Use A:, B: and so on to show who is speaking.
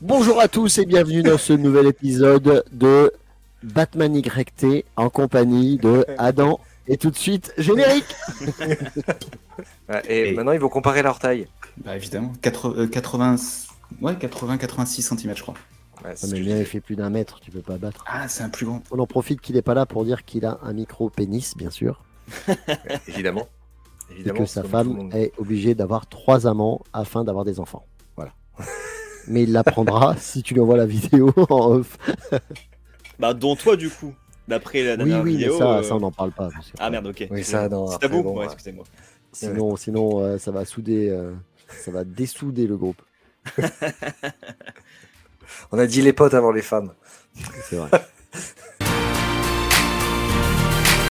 A: Bonjour à tous et bienvenue dans ce nouvel épisode de Batman YT en compagnie de Adam. Et tout de suite, générique
B: Ouais, Et,
C: Et-
B: maintenant, ils vont comparer leur taille.
C: Bah évidemment, 80, euh, 80, ouais, 80 86 cm je crois.
B: Ouais,
A: Non,
B: c'est
A: Ah,
B: ce
A: Mais
B: que
A: le
B: je
A: mien, il
B: dis.
A: fait plus d'un mètre, tu peux pas battre.
C: Ah, c'est un plus grand.
A: On en profite qu'il est pas là pour dire qu'il a un micro-pénis, bien sûr,
B: Évidemment.
A: et
B: Évidemment.
A: que
B: c'est
A: sa
B: comme tout le
A: femme
B: monde.
A: est obligée d'avoir trois amants afin d'avoir des enfants. Voilà. Mais il l'apprendra si tu lui envoies la vidéo en off.
D: Bah, dont toi, du coup. D'après la
A: Oui,
D: dernière
A: oui, mais
D: vidéo.
A: ça,
D: euh,
A: ça on n'en parle pas. bien sûr.
D: Ah merde, ok.
B: Oui, ça, non,
D: C'est
B: après,
D: à vous
B: bon,
D: Ouais,
B: ouais.
D: excusez-moi.
A: Sinon, sinon euh, ça va souder, euh, ça va dessouder le groupe.
B: On a dit les potes avant les femmes.
A: C'est vrai.